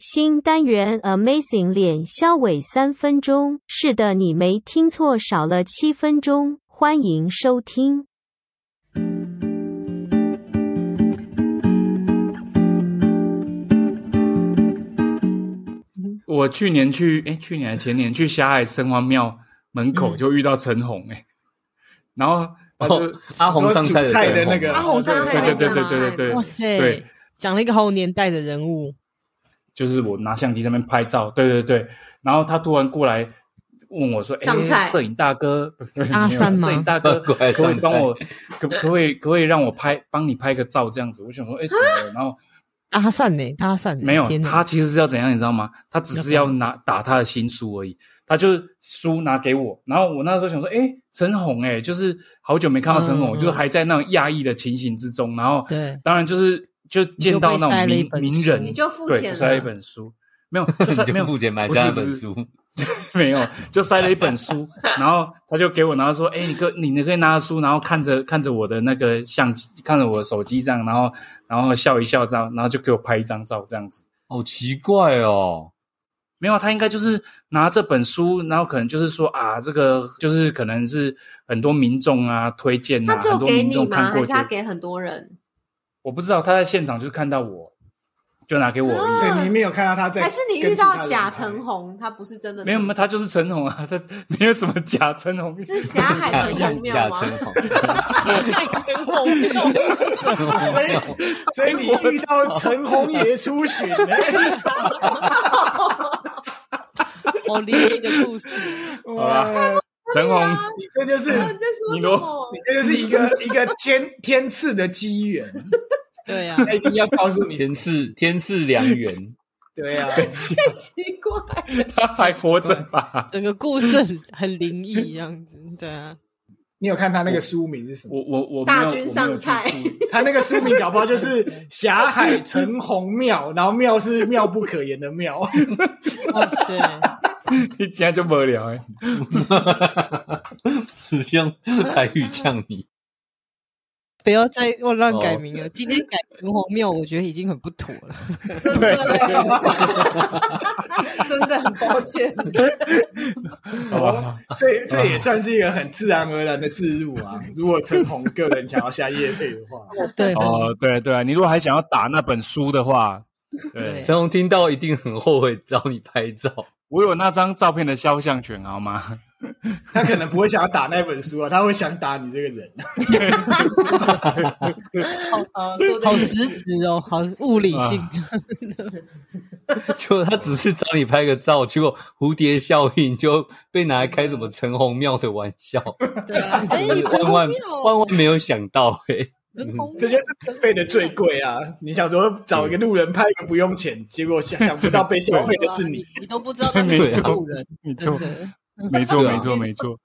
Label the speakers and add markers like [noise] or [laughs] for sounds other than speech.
Speaker 1: 新单元 Amazing 脸肖伟三分钟，是的，你没听错，少了七分钟。欢迎收听。
Speaker 2: 我去年去，哎，去年还前年去霞海城隍庙门
Speaker 3: 嗯
Speaker 2: 口就遇到陈红、哎、然后他就、
Speaker 4: 哦阿红上菜的
Speaker 5: 菜
Speaker 4: 陈
Speaker 5: 的
Speaker 4: 红
Speaker 5: 那个
Speaker 3: 阿红上菜
Speaker 2: 哦对对对对对对
Speaker 3: 哇塞
Speaker 2: 对，
Speaker 3: 讲了一个好有年代的人物，
Speaker 2: 就是我拿相机在那边拍照，对对对，然后他突然过来问我说：“
Speaker 6: 上
Speaker 2: 哎
Speaker 6: 菜，
Speaker 2: 摄影大哥，不是
Speaker 3: 搭讪
Speaker 2: 没有
Speaker 3: 吗
Speaker 2: 摄影大哥，可
Speaker 4: [laughs] 过来
Speaker 2: 不可以
Speaker 4: 上菜
Speaker 2: 帮我，可可不可以可不可以让我拍，帮你拍个照这样子？”我想说：“哎，怎么了？”然后
Speaker 3: 搭讪呢，搭讪呢
Speaker 2: 没有
Speaker 3: 天，哪
Speaker 2: 他其实是要怎样，你知道吗？他只是
Speaker 3: 要
Speaker 2: 要拿打他的新书而已，他就是书拿给我，然后我那时候想说，诶，陈红，诶，就是好久没看到陈
Speaker 3: 嗯
Speaker 2: 红，
Speaker 3: 嗯
Speaker 2: 就是还在那种讶异的情形之中，然后
Speaker 3: 对
Speaker 2: 当然就是就见
Speaker 3: 你
Speaker 2: 到那
Speaker 3: 就被塞
Speaker 2: 种
Speaker 3: 了一
Speaker 2: 名
Speaker 3: 本书
Speaker 2: 名人，
Speaker 6: 你就付
Speaker 2: 对，
Speaker 6: 钱
Speaker 2: 就塞了一
Speaker 6: 了
Speaker 2: 本书，没有， [laughs] 就塞
Speaker 4: 你
Speaker 2: 没
Speaker 4: 就
Speaker 2: 有
Speaker 4: 付钱买
Speaker 2: 不是
Speaker 4: 下那
Speaker 2: 不
Speaker 4: 本
Speaker 2: 是
Speaker 4: 书，
Speaker 2: 没有，就塞了一本书，然后他就给我，然后说：“哎、你可你你可以拿着书，然后看着看着我的那个相机，看着我的手机这样，然后然后笑一笑这样，然后就给我拍一张照这样子。
Speaker 4: 好奇怪哦。
Speaker 2: 没有，他应该就是拿这本书，然后可能就是说啊，这个就是可能是很多民众啊推荐
Speaker 6: 他
Speaker 2: 啊，
Speaker 6: 只
Speaker 2: 很
Speaker 6: 有
Speaker 2: 多
Speaker 6: 给
Speaker 2: 民
Speaker 6: 你
Speaker 2: 众
Speaker 6: 吗？
Speaker 2: 看
Speaker 6: 还
Speaker 2: 过
Speaker 6: 是
Speaker 2: 就
Speaker 6: 他给很多人？
Speaker 2: 我不知道他在现场就是看到我，就拿给我而已。
Speaker 6: 啊
Speaker 5: 所以你没有看到他在，
Speaker 6: 嗯还是你遇到假
Speaker 5: [laughs]
Speaker 6: 陈？红，他不是真的？
Speaker 2: 没有嘛，他就是陈红啊，他没有什么假陈红，
Speaker 6: 是霞海
Speaker 4: 假
Speaker 6: 城
Speaker 4: 样
Speaker 6: 隍
Speaker 4: 假
Speaker 6: 庙吗？
Speaker 4: 陈红，
Speaker 3: 陈红没
Speaker 5: 所以所以你遇到陈红爷
Speaker 6: [laughs]
Speaker 5: 出巡哎了，
Speaker 3: 有我理解你哦的故事，
Speaker 2: 好
Speaker 5: 哇！
Speaker 2: 陈红，
Speaker 5: 你这就是
Speaker 6: 啊你在说
Speaker 2: 你
Speaker 6: 什
Speaker 2: 都
Speaker 6: 么？
Speaker 5: 这就是一个一个天天赐的机缘，
Speaker 3: 对啊，
Speaker 5: 他一定要告诉你，
Speaker 4: 天赐天赐良缘，
Speaker 5: 对啊，
Speaker 6: 太奇怪，
Speaker 2: 他还活着吧？
Speaker 3: 整个故事很很灵异这样子，对啊，
Speaker 5: 你有看他那个书名是什么？
Speaker 2: 我我我没有
Speaker 6: 大军上菜
Speaker 2: 我没有 [laughs] 去注意
Speaker 5: 他那个书名搞不好就是《霞海陈红庙》，然后庙是妙不可言的 [laughs] 妙。
Speaker 3: 哇塞，
Speaker 2: 你今天就无聊哎。
Speaker 4: 是像台语呛你。
Speaker 3: 不要再乱乱改
Speaker 4: 哦
Speaker 3: 名了，今天改陈红庙，我觉得已经很不妥了，
Speaker 6: 真的，真的很抱歉。
Speaker 2: 好吧，
Speaker 5: 这这也算是一个很自然而然的置入啊。如果陈红个人想要下夜配的话，
Speaker 3: 对对
Speaker 2: [laughs] 哦，对对，你如果还想要打那本书的话，对
Speaker 3: 对
Speaker 4: 陈红听到一定很后悔找你拍照，
Speaker 2: 我有那张照片的肖像权，好吗？ [laughs]
Speaker 5: 他可能不会想要打那本书啊，他会想打你这个人。啊
Speaker 6: 呃，说的
Speaker 3: 好实质哦，好物理性，
Speaker 2: 啊
Speaker 4: 就他只是找你拍个照，结果蝴蝶效应就被拿来开什么陈红庙的玩笑，
Speaker 3: 对啊，
Speaker 2: [laughs]
Speaker 3: 哎，陈
Speaker 4: 万
Speaker 3: 红
Speaker 4: 万万
Speaker 3: 庙，
Speaker 4: 万没有想到哎、欸
Speaker 3: 陈红
Speaker 5: 这就是免费的最贵啊！你想说找一个路人拍个不用钱，结果想想不到被消费的
Speaker 3: 庙啊
Speaker 5: 是你。，
Speaker 3: 你都不知道他
Speaker 2: 没
Speaker 3: 是
Speaker 4: 错
Speaker 3: 路人，
Speaker 2: 没错
Speaker 3: 真，的。
Speaker 2: 没错，
Speaker 4: 对啊
Speaker 2: 没错，没错。